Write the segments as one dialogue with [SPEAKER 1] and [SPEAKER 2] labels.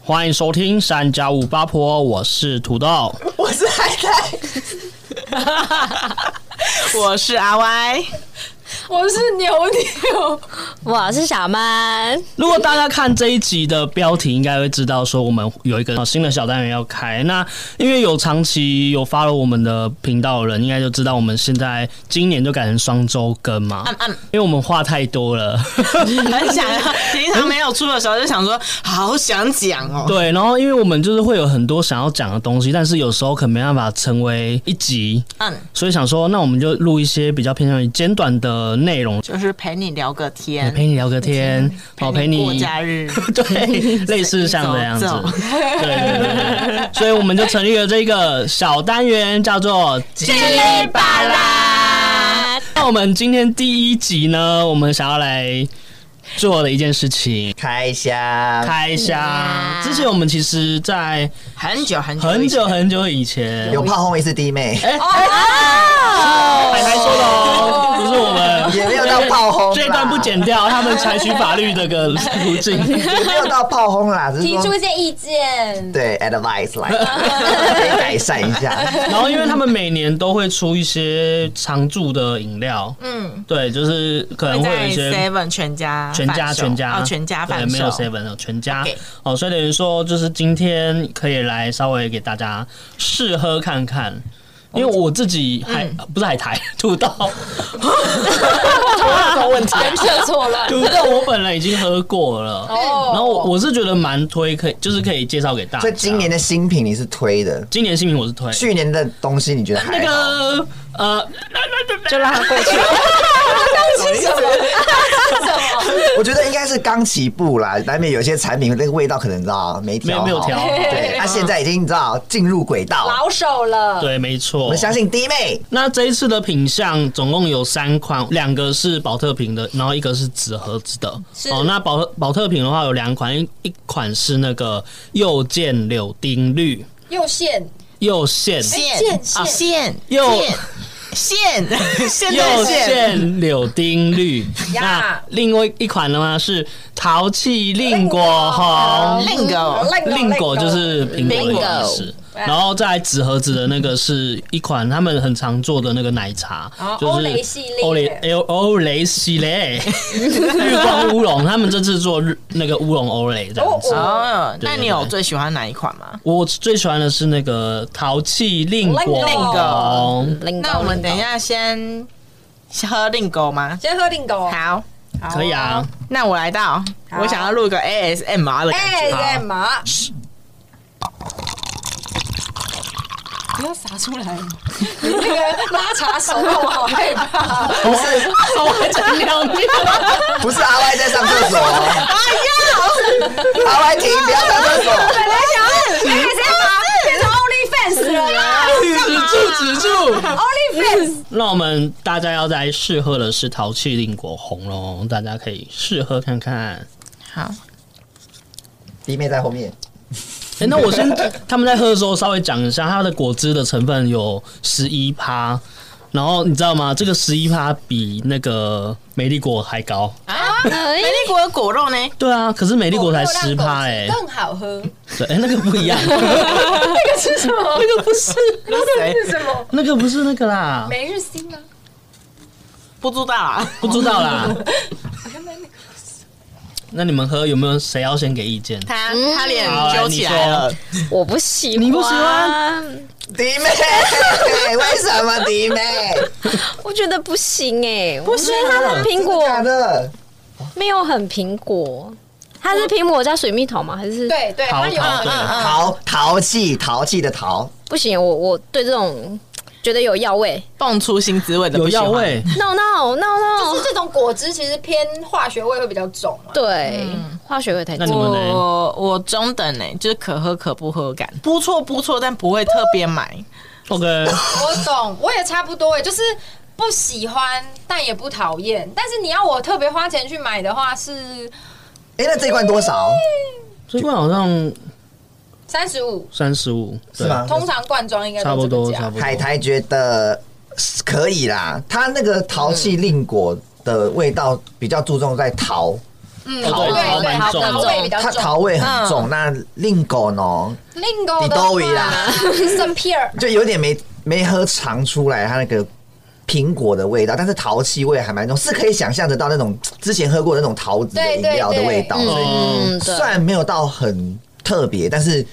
[SPEAKER 1] 欢迎收听三加五八婆，我是土豆。
[SPEAKER 2] 我是海苔，我是阿歪，
[SPEAKER 3] 我是牛牛，我是小曼，
[SPEAKER 1] 如果大家看这一集的标题，应该会知道说我们有一个新的小单元要开。那因为有长期有 follow 我们的频道的人，应该就知道我们现在今年就改成双周更嘛，因为我们话太多 了。
[SPEAKER 2] 很想要。平常没有出的时候就想说，好想讲哦。
[SPEAKER 1] 对，然后因为我们就是会有很多想要讲的东西，但是有时候可能没办法成为一集，
[SPEAKER 2] 嗯，
[SPEAKER 1] 所以想说，那我们就录一些比较偏向于简短的内容，
[SPEAKER 2] 就是陪你聊个天，
[SPEAKER 1] 陪你聊个天，哎好陪
[SPEAKER 2] 过
[SPEAKER 1] 你。
[SPEAKER 2] 假日，
[SPEAKER 1] 对，类似像这样子，
[SPEAKER 2] 走走
[SPEAKER 1] 对对对对，所以我们就成立了这个小单元，叫做“叽
[SPEAKER 3] 里巴啦。
[SPEAKER 1] 那我们今天第一集呢，我们想要来做的一件事情，
[SPEAKER 4] 开箱，
[SPEAKER 1] 开箱。之前我们其实，在
[SPEAKER 2] 很久很久
[SPEAKER 1] 很
[SPEAKER 2] 以前
[SPEAKER 1] 久很久以前，
[SPEAKER 4] 有炮轰一次弟妹，
[SPEAKER 3] 哦
[SPEAKER 1] 海苔说的哦，不是我们，
[SPEAKER 4] 也没有到炮轰啦，
[SPEAKER 1] 这一段不剪掉，他们采取法律的个途径。
[SPEAKER 4] 也没有到炮轰啦，只是
[SPEAKER 3] 提出
[SPEAKER 4] 说
[SPEAKER 3] 一些意见，
[SPEAKER 4] 对 advice 来，可以改善一下。
[SPEAKER 1] 然后，因为他们每年都会出一些常驻的饮料，嗯，对，就是可能会有
[SPEAKER 2] 在
[SPEAKER 1] 一些
[SPEAKER 2] Seven 全家
[SPEAKER 1] 全家
[SPEAKER 2] 贩售
[SPEAKER 1] 全家
[SPEAKER 2] 哦全家
[SPEAKER 1] 对，
[SPEAKER 2] 反
[SPEAKER 1] 没有
[SPEAKER 2] 售，
[SPEAKER 1] seven 的全家
[SPEAKER 2] OK
[SPEAKER 1] 哦，所以等于说就是今天可以来稍微给大家试喝看看。因为我自己海、
[SPEAKER 2] 嗯
[SPEAKER 1] 不是海苔土豆，
[SPEAKER 3] 人设错乱。
[SPEAKER 1] 土豆我本来已经喝过了，
[SPEAKER 3] 哦
[SPEAKER 1] 然 后我我是觉得蛮推，可以就是可以介绍给大家。
[SPEAKER 4] 所以今年的新品你是推的，
[SPEAKER 1] 今年新品我是推
[SPEAKER 4] 去年的东西你觉得
[SPEAKER 1] 那
[SPEAKER 4] 还好？
[SPEAKER 1] 个呃，
[SPEAKER 2] 就让它过去。
[SPEAKER 4] 我觉得应该是刚起步啦，难免有些产品那个味道可能你知道没调好，
[SPEAKER 1] 没有没有调好
[SPEAKER 4] 对，他现在已经你知道进入轨道，
[SPEAKER 3] 老手了，
[SPEAKER 1] 对，没错，
[SPEAKER 4] 我们相信弟妹。
[SPEAKER 1] 那这一次的品相总共有三款，两个是宝特瓶的，然后一个是纸盒子的。哦，那宝宝特瓶的话有两款，一一款是那个右键柳丁绿，
[SPEAKER 3] 右线
[SPEAKER 1] 右线
[SPEAKER 2] 线
[SPEAKER 3] 线
[SPEAKER 2] 线
[SPEAKER 1] 右
[SPEAKER 2] 线现在
[SPEAKER 1] 右
[SPEAKER 2] 线
[SPEAKER 1] 线柳丁 绿。那
[SPEAKER 3] 呀
[SPEAKER 1] 另外一款呢是淘气令果红。
[SPEAKER 3] 哦
[SPEAKER 2] Lingo
[SPEAKER 1] 令果就是苹果的意思，
[SPEAKER 3] Bingo
[SPEAKER 1] 然后再来纸盒子的那个是一款他们很常做的那个奶茶
[SPEAKER 3] 哦，
[SPEAKER 1] 就是
[SPEAKER 3] 欧蕾系列
[SPEAKER 1] 欧蕾欧欧蕾系列， 日光乌龙，他们这次做日那个乌龙欧蕾这样子
[SPEAKER 3] 哦。
[SPEAKER 2] 哦，
[SPEAKER 1] 对对
[SPEAKER 2] 那
[SPEAKER 1] 对
[SPEAKER 2] 你有最喜欢哪一款吗？
[SPEAKER 1] 我最喜欢的是那个淘气令果
[SPEAKER 3] 哦 Lingo
[SPEAKER 1] 红，
[SPEAKER 2] 那我们等一下先喝令狗吗？
[SPEAKER 3] 先喝令狗
[SPEAKER 2] 好，
[SPEAKER 1] 可以啊。
[SPEAKER 2] 那我来到，
[SPEAKER 3] 好
[SPEAKER 2] 我想要录一个 ASMR 的感
[SPEAKER 3] 哎
[SPEAKER 2] 觉。
[SPEAKER 3] 干嘛？
[SPEAKER 2] 不要洒出来！
[SPEAKER 3] 你那个拉茶手，让我好害 怕。
[SPEAKER 4] 不是
[SPEAKER 1] 我还讲两遍，
[SPEAKER 4] 不是阿歪在上厕所哦，阿歪停，不要上厕所。
[SPEAKER 3] 本来想要 ASMR 变成 OnlyFans 了啦
[SPEAKER 1] 止住止住。
[SPEAKER 3] ，OnlyFans
[SPEAKER 1] 那我们大家要在试喝的是淘气令果红喽，大家可以试喝看看。
[SPEAKER 2] 好，
[SPEAKER 4] 弟妹在后面，
[SPEAKER 1] 哎、那我先他们在喝的时候稍微讲一下，它的果汁的成分有十一趴，然后你知道吗？这个十一趴比那个美丽果还高。
[SPEAKER 3] 啊
[SPEAKER 2] 美丽果有果肉呢，
[SPEAKER 1] 对啊，可是美丽哎果
[SPEAKER 3] 哦
[SPEAKER 1] 才十趴哎，
[SPEAKER 3] 更好喝。
[SPEAKER 1] 对，哎、那个不一样，那
[SPEAKER 3] 那个是什么？
[SPEAKER 1] 个不是，
[SPEAKER 2] 谁
[SPEAKER 3] 是什么？
[SPEAKER 1] 那个不是那个啦，
[SPEAKER 3] 每日新啊，
[SPEAKER 2] 不知道啊。
[SPEAKER 1] 不知道啦。 那你们喝有没有谁要先给意见？
[SPEAKER 2] 他他脸
[SPEAKER 1] 好
[SPEAKER 2] 揪起来了，，
[SPEAKER 5] 我不喜欢，
[SPEAKER 1] 你不喜欢？
[SPEAKER 4] 弟妹，为什么弟妹？
[SPEAKER 5] 我觉得不行哎、不
[SPEAKER 4] 是
[SPEAKER 5] 它的苹果
[SPEAKER 4] 假的？
[SPEAKER 5] 没有很苹果，它是苹果加水蜜桃吗？还是
[SPEAKER 3] 对对，
[SPEAKER 1] 好
[SPEAKER 3] 它有
[SPEAKER 1] 好对
[SPEAKER 4] 淘淘气，淘气的淘，
[SPEAKER 5] 不行？我我对这种觉得有药味
[SPEAKER 2] 蹦出新滋味的
[SPEAKER 1] 有
[SPEAKER 2] 不喜欢
[SPEAKER 1] 药。味，
[SPEAKER 5] ，no no no
[SPEAKER 3] 就是
[SPEAKER 5] no，
[SPEAKER 3] 这种果汁其实偏化学味会比较重啊嘛。
[SPEAKER 5] 对，化学味太
[SPEAKER 1] 那你
[SPEAKER 5] 重。
[SPEAKER 1] 们呢？
[SPEAKER 2] 我我中等呢，就是可喝可不喝感，不错不错，但不会特别买。
[SPEAKER 1] OK，
[SPEAKER 3] 我懂，我也差不多哎，就是不喜欢，但也不讨厌。但是你要我特别花钱去买的话是
[SPEAKER 4] 哎、那这一罐多少？
[SPEAKER 1] 这罐好像
[SPEAKER 3] 三十五，
[SPEAKER 1] 三十五，对
[SPEAKER 4] 是吗？
[SPEAKER 3] 通常罐装应该
[SPEAKER 1] 差不
[SPEAKER 3] 都
[SPEAKER 1] 多，
[SPEAKER 3] 这个
[SPEAKER 1] 差
[SPEAKER 3] 价。
[SPEAKER 1] 不多。
[SPEAKER 4] 海苔觉得可以啦，它那个淘气令果的味道比较注重在桃，
[SPEAKER 3] 嗯，
[SPEAKER 1] 哦
[SPEAKER 3] 对
[SPEAKER 1] 对
[SPEAKER 3] 对对，
[SPEAKER 1] 蛮重
[SPEAKER 3] 桃味比较
[SPEAKER 4] 它
[SPEAKER 3] 重。
[SPEAKER 4] 桃味很重，那令狗呢，
[SPEAKER 3] 另狗
[SPEAKER 4] 你
[SPEAKER 3] 的
[SPEAKER 4] 都
[SPEAKER 3] 话
[SPEAKER 4] 一啦
[SPEAKER 3] 生片儿，
[SPEAKER 4] 就有点没没喝尝出来它那个苹果的味道，但是桃气味还蛮重，是可以想象得到那种之前喝过的那种桃子的饮料的味道，
[SPEAKER 5] 对对
[SPEAKER 4] 所以
[SPEAKER 5] 嗯对
[SPEAKER 4] 虽然没有到很特别，但是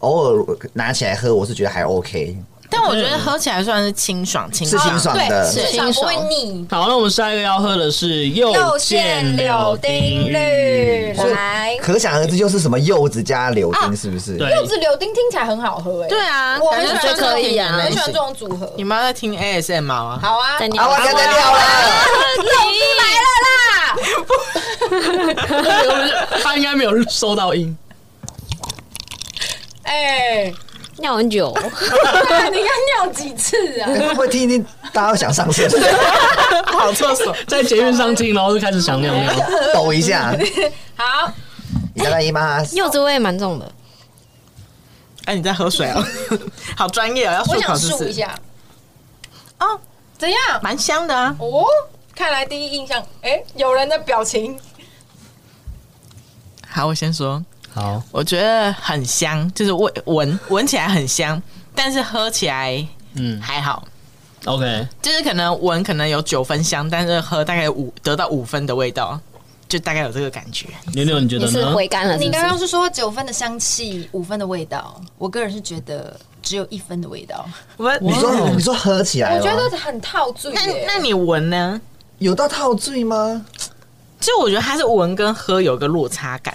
[SPEAKER 4] 偶尔拿起来喝，我是觉得还 OK，
[SPEAKER 2] 但我觉得喝起来算嗯是清爽清
[SPEAKER 4] 是
[SPEAKER 2] 爽
[SPEAKER 4] 清爽的。
[SPEAKER 3] 对，
[SPEAKER 5] 是
[SPEAKER 3] 至少不会
[SPEAKER 5] 清爽
[SPEAKER 3] 腻。
[SPEAKER 1] 好，那我们下一个要喝的是
[SPEAKER 3] 又
[SPEAKER 1] 又
[SPEAKER 3] 见
[SPEAKER 1] 见
[SPEAKER 3] 柳
[SPEAKER 1] 柳
[SPEAKER 3] 丁
[SPEAKER 1] 丁
[SPEAKER 3] 绿，
[SPEAKER 1] 绿，
[SPEAKER 4] 所以
[SPEAKER 3] 来，
[SPEAKER 4] 可想而知，就是什么柚子加柳
[SPEAKER 3] 啊
[SPEAKER 4] 丁，是不是？
[SPEAKER 1] 对
[SPEAKER 3] 柚子柳丁听起来很好喝哎。
[SPEAKER 2] 对啊，
[SPEAKER 3] 我很喜欢
[SPEAKER 2] 感觉
[SPEAKER 5] 可以啊
[SPEAKER 3] 我
[SPEAKER 2] 酸
[SPEAKER 3] 很
[SPEAKER 2] 甜
[SPEAKER 3] 喜
[SPEAKER 2] 的
[SPEAKER 3] 欢这种组合
[SPEAKER 2] 你。们要在听 ASM 吗？
[SPEAKER 3] 好啊，
[SPEAKER 5] 在
[SPEAKER 3] 你
[SPEAKER 5] 你
[SPEAKER 4] 啊，我真的掉了。
[SPEAKER 3] 来了啦！
[SPEAKER 1] 他应该没有收到音。
[SPEAKER 3] 哎，
[SPEAKER 5] 尿很 久，
[SPEAKER 3] 你要尿几次啊？
[SPEAKER 4] 欸会不会听一听，大家会想上 厕所，
[SPEAKER 2] 跑厕所，
[SPEAKER 1] 在捷运上听，然后就开始想尿尿。
[SPEAKER 4] 抖一下？
[SPEAKER 3] 好，
[SPEAKER 4] 你大概一八，
[SPEAKER 5] 柚子味蛮重的，
[SPEAKER 2] 哎，你在喝水哦， 好专业哦，要
[SPEAKER 3] 我
[SPEAKER 2] 漱口
[SPEAKER 3] 想
[SPEAKER 2] 是不
[SPEAKER 3] 数
[SPEAKER 2] 是
[SPEAKER 3] 一下，
[SPEAKER 2] 哦，
[SPEAKER 3] 怎样？
[SPEAKER 2] 蛮香的啊，
[SPEAKER 3] 哦，看来第一印象，哎，有人的表情，
[SPEAKER 2] 好，我先说，
[SPEAKER 1] 好，
[SPEAKER 2] 我觉得很香，就是味闻闻起来很香，但是喝起来
[SPEAKER 1] 嗯
[SPEAKER 2] 还好，
[SPEAKER 1] ，OK，
[SPEAKER 2] 就是可能闻可能有九分香，但是喝大概五得到五分的味道，就大概有这个感觉。
[SPEAKER 1] 牛牛你觉
[SPEAKER 5] 你
[SPEAKER 1] 得
[SPEAKER 5] 是
[SPEAKER 1] 呢？
[SPEAKER 5] 回甘了是
[SPEAKER 3] 你
[SPEAKER 5] 不
[SPEAKER 3] 刚刚
[SPEAKER 5] 是？
[SPEAKER 3] 是说九分的香气，五分的味道，我个人是觉得只有一分的味道，
[SPEAKER 2] 我
[SPEAKER 4] 你说你说喝起来
[SPEAKER 3] 我
[SPEAKER 4] 吗，
[SPEAKER 3] 觉得很套醉
[SPEAKER 2] 那
[SPEAKER 3] 耶。
[SPEAKER 2] 那你闻呢？
[SPEAKER 4] 有到套醉吗？
[SPEAKER 2] 就我觉得它是闻跟喝有个落差感，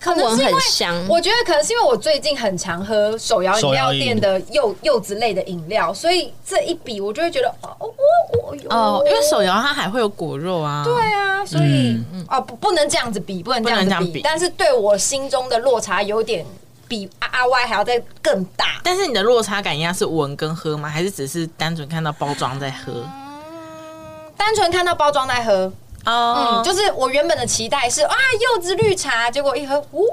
[SPEAKER 5] 它闻很香，
[SPEAKER 3] 我觉得可能是因为我最近很常喝手摇饮
[SPEAKER 1] 手
[SPEAKER 3] 料
[SPEAKER 1] 摇饮
[SPEAKER 3] 店的柚柚子类的饮料，所以这一比我就会觉得哦哦哦
[SPEAKER 2] 哦
[SPEAKER 3] 哦，
[SPEAKER 2] 因为手摇它还会有果肉啊。
[SPEAKER 3] 对啊，所以、哦不不能这样子比，不能这样子比，
[SPEAKER 2] 不能这样比
[SPEAKER 3] 但是对我心中的落差有点比阿阿 Y 还要再更大。
[SPEAKER 2] 但是你的落差感一样是闻跟喝吗？还是只是单纯看到包装在喝？
[SPEAKER 3] 单纯看到包装在喝，
[SPEAKER 2] 哦
[SPEAKER 3] 嗯，就是我原本的期待是啊柚子绿茶，结果一喝，呜、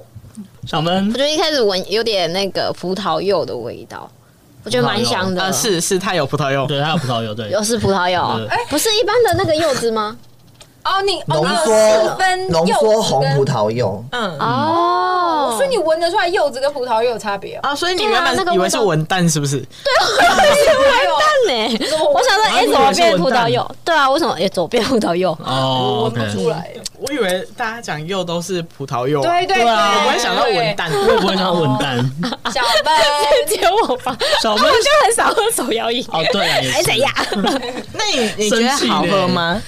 [SPEAKER 1] 小门
[SPEAKER 5] 我觉得一开始闻有点那个葡萄柚的味道，我觉得蛮香的，
[SPEAKER 2] 呃，是是，它有葡萄柚，
[SPEAKER 1] 对，它有葡萄柚，对，
[SPEAKER 5] 又是葡萄柚
[SPEAKER 1] 对，
[SPEAKER 5] 不是一般的那个柚子吗？
[SPEAKER 3] 哦你哦
[SPEAKER 4] 浓
[SPEAKER 3] 你有四分
[SPEAKER 4] 缩浓缩红葡
[SPEAKER 3] 萄，
[SPEAKER 4] 萄柚，
[SPEAKER 2] 嗯，
[SPEAKER 5] 哦，
[SPEAKER 3] 所以你闻得出来柚子跟葡萄柚有差别哦。
[SPEAKER 2] 哦，所以你
[SPEAKER 5] 对啊
[SPEAKER 2] 原
[SPEAKER 5] 那个
[SPEAKER 2] 本
[SPEAKER 5] 味
[SPEAKER 2] 以为是
[SPEAKER 5] 道
[SPEAKER 2] 文旦是不是？
[SPEAKER 3] 还 有
[SPEAKER 5] 呢？
[SPEAKER 3] 我
[SPEAKER 5] 我想说，
[SPEAKER 1] 啊
[SPEAKER 5] 哎，
[SPEAKER 1] 你以为
[SPEAKER 5] 怎么
[SPEAKER 1] 是
[SPEAKER 5] 变
[SPEAKER 1] 文
[SPEAKER 5] 葡萄
[SPEAKER 1] 旦
[SPEAKER 5] 柚？对啊，为什么也左边葡萄柚？
[SPEAKER 1] 哦
[SPEAKER 3] 闻
[SPEAKER 1] ，OK，
[SPEAKER 3] 不出来。
[SPEAKER 2] 我以为大家讲柚都是葡萄柚啊，
[SPEAKER 3] 对对
[SPEAKER 1] 对啊
[SPEAKER 2] 我不会想到文旦。
[SPEAKER 1] 我也不会想混蛋。
[SPEAKER 3] 对小笨，
[SPEAKER 5] 只有我吧，
[SPEAKER 1] 小
[SPEAKER 5] 我
[SPEAKER 1] 门
[SPEAKER 5] 就很少喝手摇饮，
[SPEAKER 1] 哦，对啊，也
[SPEAKER 5] 还
[SPEAKER 1] 是
[SPEAKER 5] 怎样？
[SPEAKER 2] 那你你觉得好喝吗？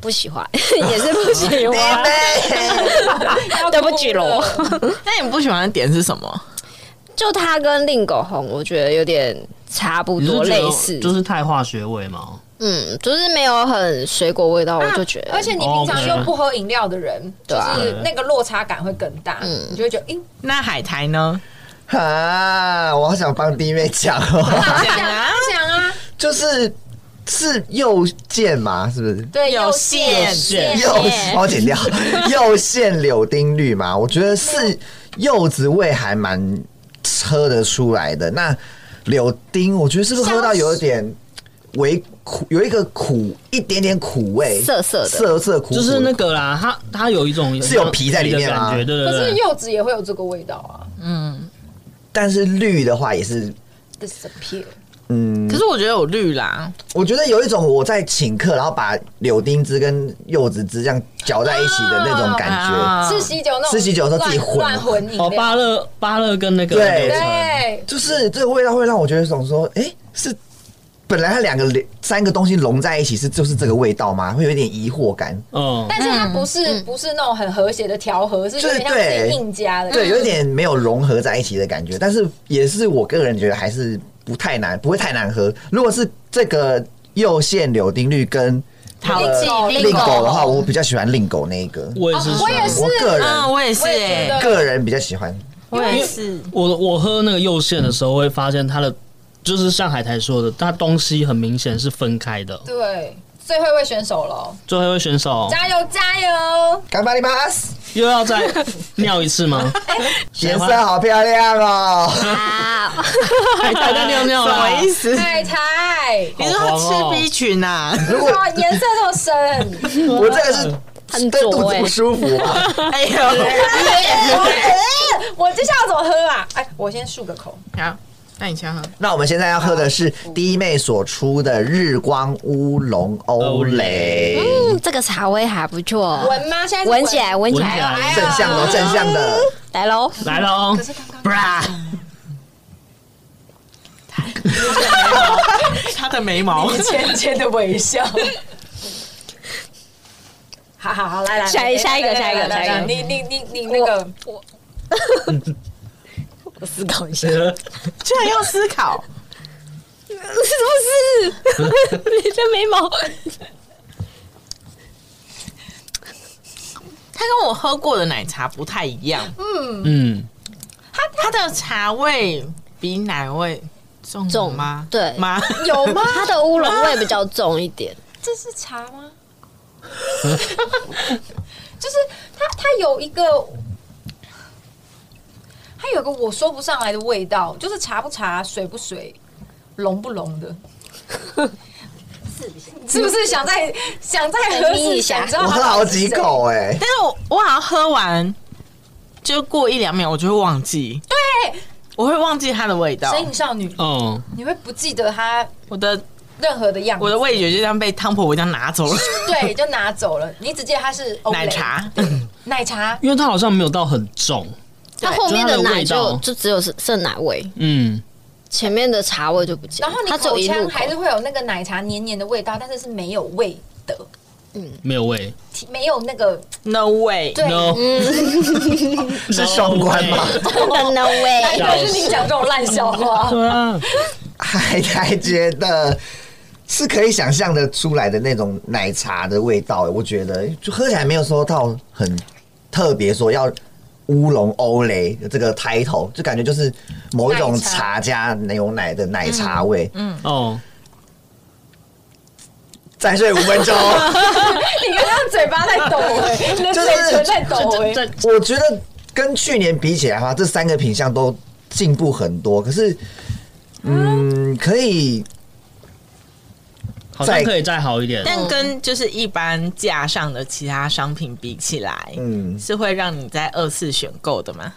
[SPEAKER 5] 不喜欢， 也是不喜
[SPEAKER 4] 对
[SPEAKER 5] 欢。
[SPEAKER 4] 呗。
[SPEAKER 3] 要
[SPEAKER 5] 对不起
[SPEAKER 3] 哭了
[SPEAKER 5] 咯。
[SPEAKER 2] 那你不喜欢的点是什么？
[SPEAKER 5] 就它跟令狗红，我觉得有点差不
[SPEAKER 1] 你是
[SPEAKER 5] 多
[SPEAKER 1] 觉得
[SPEAKER 5] 类似，
[SPEAKER 1] 就是太化学味嘛。
[SPEAKER 5] 嗯，就是没有很水果味道，我就觉得，
[SPEAKER 3] 啊而且你
[SPEAKER 2] 哦
[SPEAKER 3] 平常又不喝饮料的人，就
[SPEAKER 5] 对啊
[SPEAKER 3] 是
[SPEAKER 2] 嗯
[SPEAKER 3] 那个落差感会更大，
[SPEAKER 4] 嗯
[SPEAKER 3] 你就会觉得，咦，
[SPEAKER 2] 那海苔 呢？
[SPEAKER 4] 啊，我好想帮弟妹讲哦，
[SPEAKER 3] 他
[SPEAKER 2] 讲啊
[SPEAKER 3] 他讲啊，
[SPEAKER 4] 就是是右键嘛，是不是？
[SPEAKER 3] 对，
[SPEAKER 2] 有
[SPEAKER 3] 有
[SPEAKER 2] 线
[SPEAKER 3] 线
[SPEAKER 1] 线
[SPEAKER 4] 右帮我剪掉，右线柳丁绿嘛，我觉得是柚子味还蛮喝得出来的。那柳丁，我觉得是不是喝到有点微苦，有一个苦一点点苦味，
[SPEAKER 5] 涩涩的
[SPEAKER 4] 涩涩苦苦的，
[SPEAKER 1] 就是那个啦，它它有一种
[SPEAKER 4] 是有皮在里面啊
[SPEAKER 1] 的
[SPEAKER 4] 吗
[SPEAKER 1] 感觉，对
[SPEAKER 3] 可是
[SPEAKER 1] 对对。
[SPEAKER 3] 柚子也会有这个味道啊
[SPEAKER 4] 但是绿的话也是，
[SPEAKER 3] ，disappear。
[SPEAKER 4] 嗯，
[SPEAKER 2] 可是我觉得有绿啦，
[SPEAKER 4] 我觉得有一种我在请客，然后把柳丁汁跟柚子汁这样搅在一起的那种感觉，
[SPEAKER 2] 啊
[SPEAKER 3] 吃喜酒那种
[SPEAKER 4] 吃喜酒的时候自己混
[SPEAKER 3] 乱乱混饮料，
[SPEAKER 1] 哦，芭乐芭乐跟那个
[SPEAKER 4] 对
[SPEAKER 1] 柳橙
[SPEAKER 3] 对，
[SPEAKER 4] 就是这个味道会让我觉得想说，哎、是本来它两个连三个东西融在一起是就是这个味道吗？会有一点疑惑感，
[SPEAKER 1] 嗯，
[SPEAKER 3] 但是它不是不是那种很和谐的调和，是有点像
[SPEAKER 4] 对
[SPEAKER 3] 自
[SPEAKER 4] 对
[SPEAKER 3] 己硬加的，
[SPEAKER 4] 对，有一点没有融合在一起的感觉，但是也是我个人觉得还是不太难，不会太难喝。如果是这个右线柳丁绿跟
[SPEAKER 2] 桃
[SPEAKER 4] 呃
[SPEAKER 2] 季
[SPEAKER 5] 哦
[SPEAKER 3] 令
[SPEAKER 4] 令
[SPEAKER 3] 狗
[SPEAKER 4] 狗的话，我比较喜欢令狗那一个，
[SPEAKER 1] 我也是
[SPEAKER 3] 哦
[SPEAKER 1] 喜
[SPEAKER 3] 我
[SPEAKER 1] 欢，
[SPEAKER 3] 也是
[SPEAKER 4] 我个人
[SPEAKER 2] 嗯，我也是
[SPEAKER 3] 我也觉
[SPEAKER 2] 哎，
[SPEAKER 3] 得
[SPEAKER 4] 个人比较喜欢。
[SPEAKER 2] 我也是。
[SPEAKER 1] 我我喝那个右线的时候，会发现它的就是像海苔说的，它东西很明显是分开的。
[SPEAKER 3] 对，最会为选手喽，
[SPEAKER 1] 最后一位选手
[SPEAKER 3] 加油加油！
[SPEAKER 4] 干巴里巴斯，
[SPEAKER 1] 又要再尿一次 吗？
[SPEAKER 4] 颜色好漂亮哦！
[SPEAKER 5] 啊，
[SPEAKER 1] 海苔在哎尿尿
[SPEAKER 2] 什么
[SPEAKER 1] 啦
[SPEAKER 2] 意！思？
[SPEAKER 3] 太太，
[SPEAKER 2] 啊你说
[SPEAKER 1] 好
[SPEAKER 2] 他
[SPEAKER 1] 黄哦
[SPEAKER 2] 吃 B 群啊？
[SPEAKER 4] 如果
[SPEAKER 3] 哇，颜色这么深，
[SPEAKER 4] 我这个是但
[SPEAKER 5] 很
[SPEAKER 4] 肚
[SPEAKER 5] 浊
[SPEAKER 4] 子
[SPEAKER 5] 哎
[SPEAKER 4] 不、舒服吧？
[SPEAKER 2] 哎 呦，
[SPEAKER 3] 我接下来要怎么喝啊？哎，我先漱个口。
[SPEAKER 2] 好，那你先喝。
[SPEAKER 4] 那我们现在要喝的是弟妹所出的日光乌龙欧哦蕾，
[SPEAKER 5] 嗯，这个茶味还不错，
[SPEAKER 3] 闻吗？现在是
[SPEAKER 5] 闻起来，闻起来，
[SPEAKER 1] 闻起来
[SPEAKER 3] 哎呀
[SPEAKER 4] 正向的，正向的。
[SPEAKER 5] 来喽！
[SPEAKER 1] 来了哦
[SPEAKER 3] 可，是刚刚
[SPEAKER 2] 他的眉毛
[SPEAKER 3] 一浅浅的微 笑。好好好，来来，
[SPEAKER 5] 下一
[SPEAKER 3] 来
[SPEAKER 5] 下一个
[SPEAKER 3] 来来
[SPEAKER 5] 下一个
[SPEAKER 3] 来来
[SPEAKER 5] 下一个
[SPEAKER 3] 你你你你那个，
[SPEAKER 5] 我思考一下，
[SPEAKER 1] 哦
[SPEAKER 2] 居然要思考，
[SPEAKER 5] 是不是？你的眉毛
[SPEAKER 2] 它跟我喝过的奶茶不太一样，
[SPEAKER 1] 嗯，
[SPEAKER 2] 它它的茶味比奶味重
[SPEAKER 5] 重
[SPEAKER 2] 吗？
[SPEAKER 5] 对
[SPEAKER 2] 吗？
[SPEAKER 5] 有吗？它的乌龙味比较重一点，
[SPEAKER 3] 这是茶 吗？就是它，它有一个，它有个我说不上来的味道，就是茶不茶，水不水，浓不浓 的。是不是想再想再
[SPEAKER 5] 再
[SPEAKER 3] 喝
[SPEAKER 5] 眯一
[SPEAKER 3] 想
[SPEAKER 5] 下
[SPEAKER 3] 知道
[SPEAKER 4] 我
[SPEAKER 3] 它
[SPEAKER 4] 喝
[SPEAKER 3] 到底
[SPEAKER 4] 好
[SPEAKER 3] 是
[SPEAKER 4] 几
[SPEAKER 3] 谁
[SPEAKER 4] 口哎、
[SPEAKER 2] 但是我我好像喝完，就过一两秒我就会忘记，对，我会忘记它的味道
[SPEAKER 3] 神，隐少女，
[SPEAKER 1] 哦，
[SPEAKER 3] 你会不记得它
[SPEAKER 2] 我的
[SPEAKER 3] 任何的样子。
[SPEAKER 2] 我的味觉就这样被汤婆婆这样拿走了，
[SPEAKER 3] 对，就拿走了。你只记得它是欧蕾
[SPEAKER 2] 奶，茶，
[SPEAKER 3] 奶茶。
[SPEAKER 1] 因为它好像没有到很重，
[SPEAKER 5] 它后面的
[SPEAKER 1] 就
[SPEAKER 5] 奶
[SPEAKER 1] 它的味
[SPEAKER 5] 就
[SPEAKER 1] 道
[SPEAKER 5] 就只有剩奶味，
[SPEAKER 1] 嗯，
[SPEAKER 5] 前面的茶味就不见
[SPEAKER 3] 然
[SPEAKER 5] 了
[SPEAKER 3] 后，你
[SPEAKER 5] 它走
[SPEAKER 3] 口
[SPEAKER 5] 一
[SPEAKER 3] 腔
[SPEAKER 5] 路
[SPEAKER 3] 还是会有那个奶茶黏黏的味道，但是是没有味的，
[SPEAKER 1] 没有味
[SPEAKER 3] 提没有那个
[SPEAKER 2] No way！
[SPEAKER 3] 对。
[SPEAKER 1] ，no，
[SPEAKER 4] 是双关吗？
[SPEAKER 5] 真 的
[SPEAKER 3] 难
[SPEAKER 5] 味。
[SPEAKER 3] 怪是你讲这种烂笑话，
[SPEAKER 1] 对啊，
[SPEAKER 4] 还还觉得是可以想象的出来的那种奶茶的味道、欸，我觉得就喝起来没有说到很特别，说要乌龙欧蕾这个 title，就感觉就是某一种
[SPEAKER 3] 奶茶
[SPEAKER 4] 茶嗯加牛奶的奶茶味。
[SPEAKER 1] 哦，
[SPEAKER 4] 再睡五分钟，
[SPEAKER 3] 你刚刚嘴巴在抖哎、你的
[SPEAKER 4] 就是
[SPEAKER 3] 嘴唇在抖哎、
[SPEAKER 1] 这
[SPEAKER 4] 我觉得跟去年比起来的话，这三个品相都进步很多，可是。嗯，可以
[SPEAKER 1] 好像可以再好一点，
[SPEAKER 2] 但跟就是一般架上的其他商品比起来，
[SPEAKER 4] 嗯
[SPEAKER 2] 是会让你在二次选购的吗？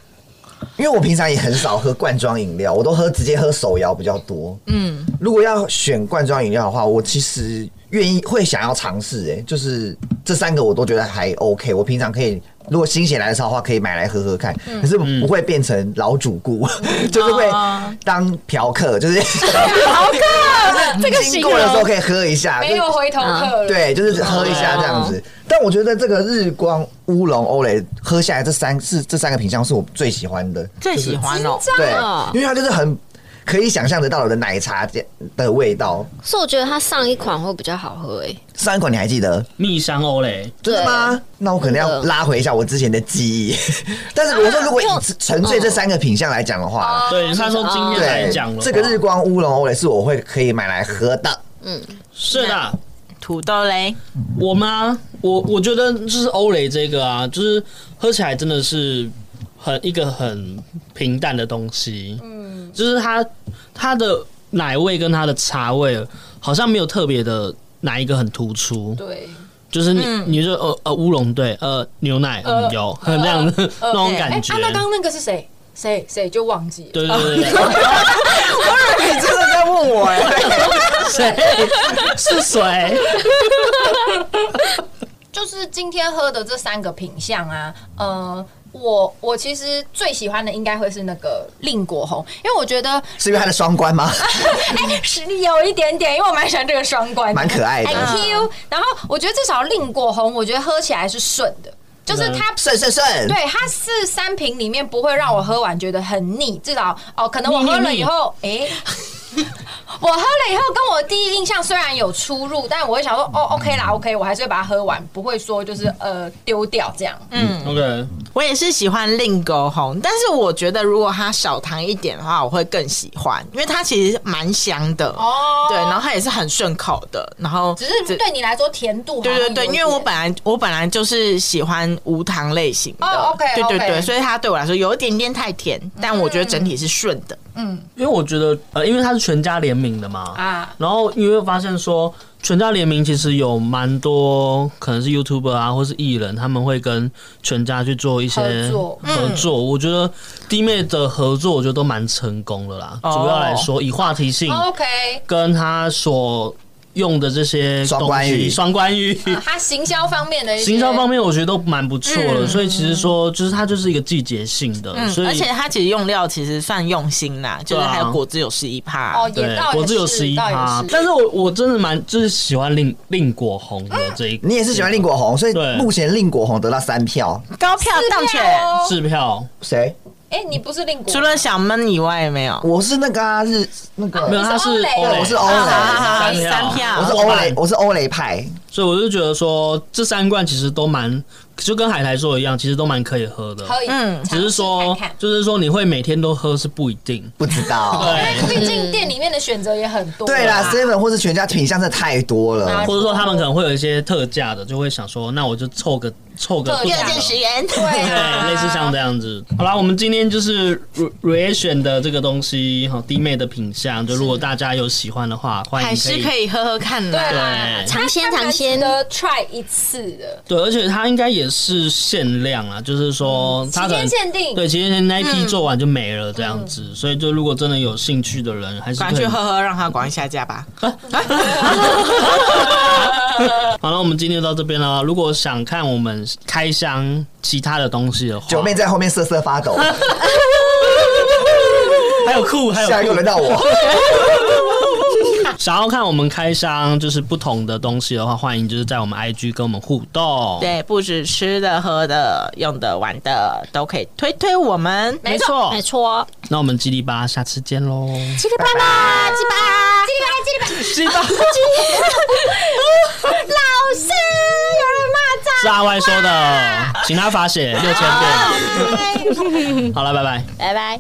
[SPEAKER 4] 因为我平常也很少喝罐装饮料，我都喝直接喝手摇比较多。
[SPEAKER 2] 嗯，
[SPEAKER 4] 如果要选罐装饮料的话，我其实愿意会想要尝试，哎，就是这三个我都觉得还 OK。我平常可以，如果心血来潮的话，可以买来喝喝看，可是不会变成老主顾， 就是会
[SPEAKER 2] 哦
[SPEAKER 4] 当嫖客，就是
[SPEAKER 3] 好渴，这
[SPEAKER 4] 经过的时候可以喝一下，
[SPEAKER 3] 没有回头客了。
[SPEAKER 4] 对，就是喝一下这样子。但我觉得这个日光乌龙欧蕾喝下来，这三是这三个品相是我最喜欢的，
[SPEAKER 2] 最喜欢哦，
[SPEAKER 4] 对
[SPEAKER 3] 啊
[SPEAKER 5] 哦，
[SPEAKER 4] 因为它就是很可以想象得到的奶茶的味道。
[SPEAKER 5] 所以我觉得它上一款会比较好喝欸诶、
[SPEAKER 4] 上一款你还记得？
[SPEAKER 1] 蜜香欧蕾，
[SPEAKER 4] 真的吗？那我可能要拉回一下我之前的记忆。但是我说，如果以纯粹这三个品相来讲的
[SPEAKER 3] 哦
[SPEAKER 4] 话，
[SPEAKER 1] 对，他说今天来
[SPEAKER 4] 对
[SPEAKER 1] 讲，了，
[SPEAKER 4] 这个日光乌龙欧蕾是我会可以买来喝的。
[SPEAKER 1] 是的，
[SPEAKER 2] 土豆嘞，
[SPEAKER 1] 我吗？我我觉得就是欧蕾这个啊，就是喝起来真的是很一个很平淡的东西，嗯，就是它它的奶味跟它的茶味好像没有特别的哪一个很突出，
[SPEAKER 3] 对，
[SPEAKER 1] 就是你、
[SPEAKER 3] 嗯
[SPEAKER 1] 你说呃呃乌龙对呃牛奶嗯有很那样的 那种
[SPEAKER 3] 哎、
[SPEAKER 1] 感觉
[SPEAKER 3] 啊，，那刚刚那个是谁？谁谁就忘记了。
[SPEAKER 1] 对对 对对，
[SPEAKER 4] 你真的在问我哎？
[SPEAKER 1] 谁是谁？
[SPEAKER 3] 就是今天喝的这三个品相啊，呃，我我其实最喜欢的应该会是那个令果红，因为我觉得嗯
[SPEAKER 4] 是因为它的双 关吗？
[SPEAKER 3] 哎实力有一点点，因为我蛮喜欢这个双关的，
[SPEAKER 4] 蛮可爱的
[SPEAKER 3] Thank you。然后我觉得至少令果红，我觉得喝起来是顺的，就是它。
[SPEAKER 4] 顺顺顺，
[SPEAKER 3] 对，它是三瓶里面不会让我喝完觉得很腻，至少哦，可能我喝了以后，诶，我喝了以后跟我第一印象虽然有出入，但我会想说，哦，OK
[SPEAKER 1] 嗯
[SPEAKER 3] 啦，OK，我还是会把它喝完，不会说就是呃丢掉这样。
[SPEAKER 1] 嗯，OK，
[SPEAKER 2] 我也是喜欢令狗红，但是我觉得如果它少糖一点的话，我会更喜欢，因为它其实蛮香的
[SPEAKER 3] 哦
[SPEAKER 2] 对，然后它也是很顺口的，然后
[SPEAKER 3] 只是
[SPEAKER 2] 这
[SPEAKER 3] 对你来说甜度好像有
[SPEAKER 2] 对对
[SPEAKER 3] 一
[SPEAKER 2] 对，
[SPEAKER 3] 点，
[SPEAKER 2] 因为我本来我本来就是喜欢无糖类型的、
[SPEAKER 3] 哦，OK，
[SPEAKER 2] 对对
[SPEAKER 3] OK
[SPEAKER 2] 对，所以它对我来说有一点点太甜，但我觉得整体是顺的。
[SPEAKER 1] 因为我觉得呃，因为它是全家联名的嘛，
[SPEAKER 3] 啊
[SPEAKER 1] 然后因为发现说，全家联名其实有蛮多，可能是 YouTuber 啊，或是艺人，他们会跟全家去做一些
[SPEAKER 3] 合作嗯
[SPEAKER 1] 合作我觉得弟妹的合作，我觉得都蛮成功的啦。
[SPEAKER 2] 哦
[SPEAKER 1] 主要来说，以话题性
[SPEAKER 3] 啊哦 OK，
[SPEAKER 1] 跟他所用的这些
[SPEAKER 4] 双
[SPEAKER 1] 东
[SPEAKER 4] 关
[SPEAKER 1] 西
[SPEAKER 4] 语
[SPEAKER 1] 双关语。
[SPEAKER 3] 啊他行销方面的一些
[SPEAKER 1] 行销方面我觉得都蛮不错
[SPEAKER 3] 嗯
[SPEAKER 1] 的，所以其实说就是它就是一个季节性的，
[SPEAKER 2] 嗯
[SPEAKER 1] 所以
[SPEAKER 2] 而且它其实用料其实算用心啦，就是还有果汁有十一趴，
[SPEAKER 3] 哦，也
[SPEAKER 1] 对
[SPEAKER 3] 倒也
[SPEAKER 1] 果汁有
[SPEAKER 3] 是
[SPEAKER 1] 十一
[SPEAKER 3] 倒也
[SPEAKER 1] 趴
[SPEAKER 3] 是，
[SPEAKER 1] 但是我我真的蛮就是喜欢令令果红的这一
[SPEAKER 4] 你也是喜欢令果红，所以
[SPEAKER 1] 对
[SPEAKER 4] 目前令果红得到三票，
[SPEAKER 2] 高票当
[SPEAKER 3] 是
[SPEAKER 2] 选。
[SPEAKER 3] 哦
[SPEAKER 1] 支票，
[SPEAKER 4] 谁？
[SPEAKER 3] 哎，你不是令国
[SPEAKER 2] 除了小闷以外，没有。
[SPEAKER 4] 我是那个啊，日那个
[SPEAKER 1] 没有他是
[SPEAKER 3] 欧蕾
[SPEAKER 1] 欧蕾
[SPEAKER 4] 对我是欧蕾
[SPEAKER 2] 啊
[SPEAKER 1] 三票
[SPEAKER 2] 三票
[SPEAKER 4] 我是欧雷，我是欧雷派。
[SPEAKER 1] 所以我就觉得说这三罐其实都蛮就跟海苔说的一样，其实都蛮可以喝的，
[SPEAKER 3] 可以，
[SPEAKER 2] 嗯
[SPEAKER 1] 只是说
[SPEAKER 3] 看看
[SPEAKER 1] 就是说你会每天都喝是不一定，
[SPEAKER 4] 不知 道。
[SPEAKER 1] 对。
[SPEAKER 3] 因为毕竟店里面的选择也很多。
[SPEAKER 4] 对啦，seven 或是全家品相真的太多了
[SPEAKER 3] 啊，
[SPEAKER 1] 或者说他们可能会有一些特价的，就会想说，那我就凑个凑个
[SPEAKER 3] 特
[SPEAKER 1] 不
[SPEAKER 3] 价
[SPEAKER 1] 同
[SPEAKER 3] 的
[SPEAKER 1] 的
[SPEAKER 2] 元，
[SPEAKER 3] 对啊
[SPEAKER 1] 对，类似像这样子。好啦，我们今天就是 re- reaction 的这个东西哈，弟妹的品相，就如果大家有喜欢的话，欢迎
[SPEAKER 2] 还是可
[SPEAKER 1] 以。
[SPEAKER 2] 以喝喝看
[SPEAKER 3] 对
[SPEAKER 2] 的。
[SPEAKER 3] 啦
[SPEAKER 1] 对，
[SPEAKER 5] 尝 鲜尝鲜
[SPEAKER 3] 的 try 一次的，
[SPEAKER 1] 对，而且它应该也是限量啊，就是说它
[SPEAKER 3] 期
[SPEAKER 1] 可能
[SPEAKER 3] 间限定，
[SPEAKER 1] 对，期间那一
[SPEAKER 2] 嗯
[SPEAKER 1] 批做完就没了这样子，所以就如果真的有兴趣的人，还是
[SPEAKER 2] 赶
[SPEAKER 1] 可
[SPEAKER 2] 快
[SPEAKER 1] 以
[SPEAKER 2] 去。喝喝，让它赶快下架吧。
[SPEAKER 1] 好了，我们今天就到这边了。如果想看我们开箱其他的东西的话，
[SPEAKER 4] 九妹在后面瑟瑟发抖。
[SPEAKER 1] 还有酷，还有
[SPEAKER 4] 下一个轮到我，
[SPEAKER 1] 想要看我们开箱就是不同的东西的话，欢迎就是在我们 IG 跟我们互动。
[SPEAKER 2] 对，不止吃的、喝的、用的、玩的，都可以推推我们。
[SPEAKER 1] 没错，
[SPEAKER 5] 没错，
[SPEAKER 1] 那我们叽里吧，下次见喽！
[SPEAKER 5] 记得拜拜，记吧，
[SPEAKER 3] 这个这个
[SPEAKER 1] 叽里吧，
[SPEAKER 3] 老师有
[SPEAKER 1] 是阿歪 说的，请他罚写六千遍。好了，拜拜。
[SPEAKER 5] 拜拜。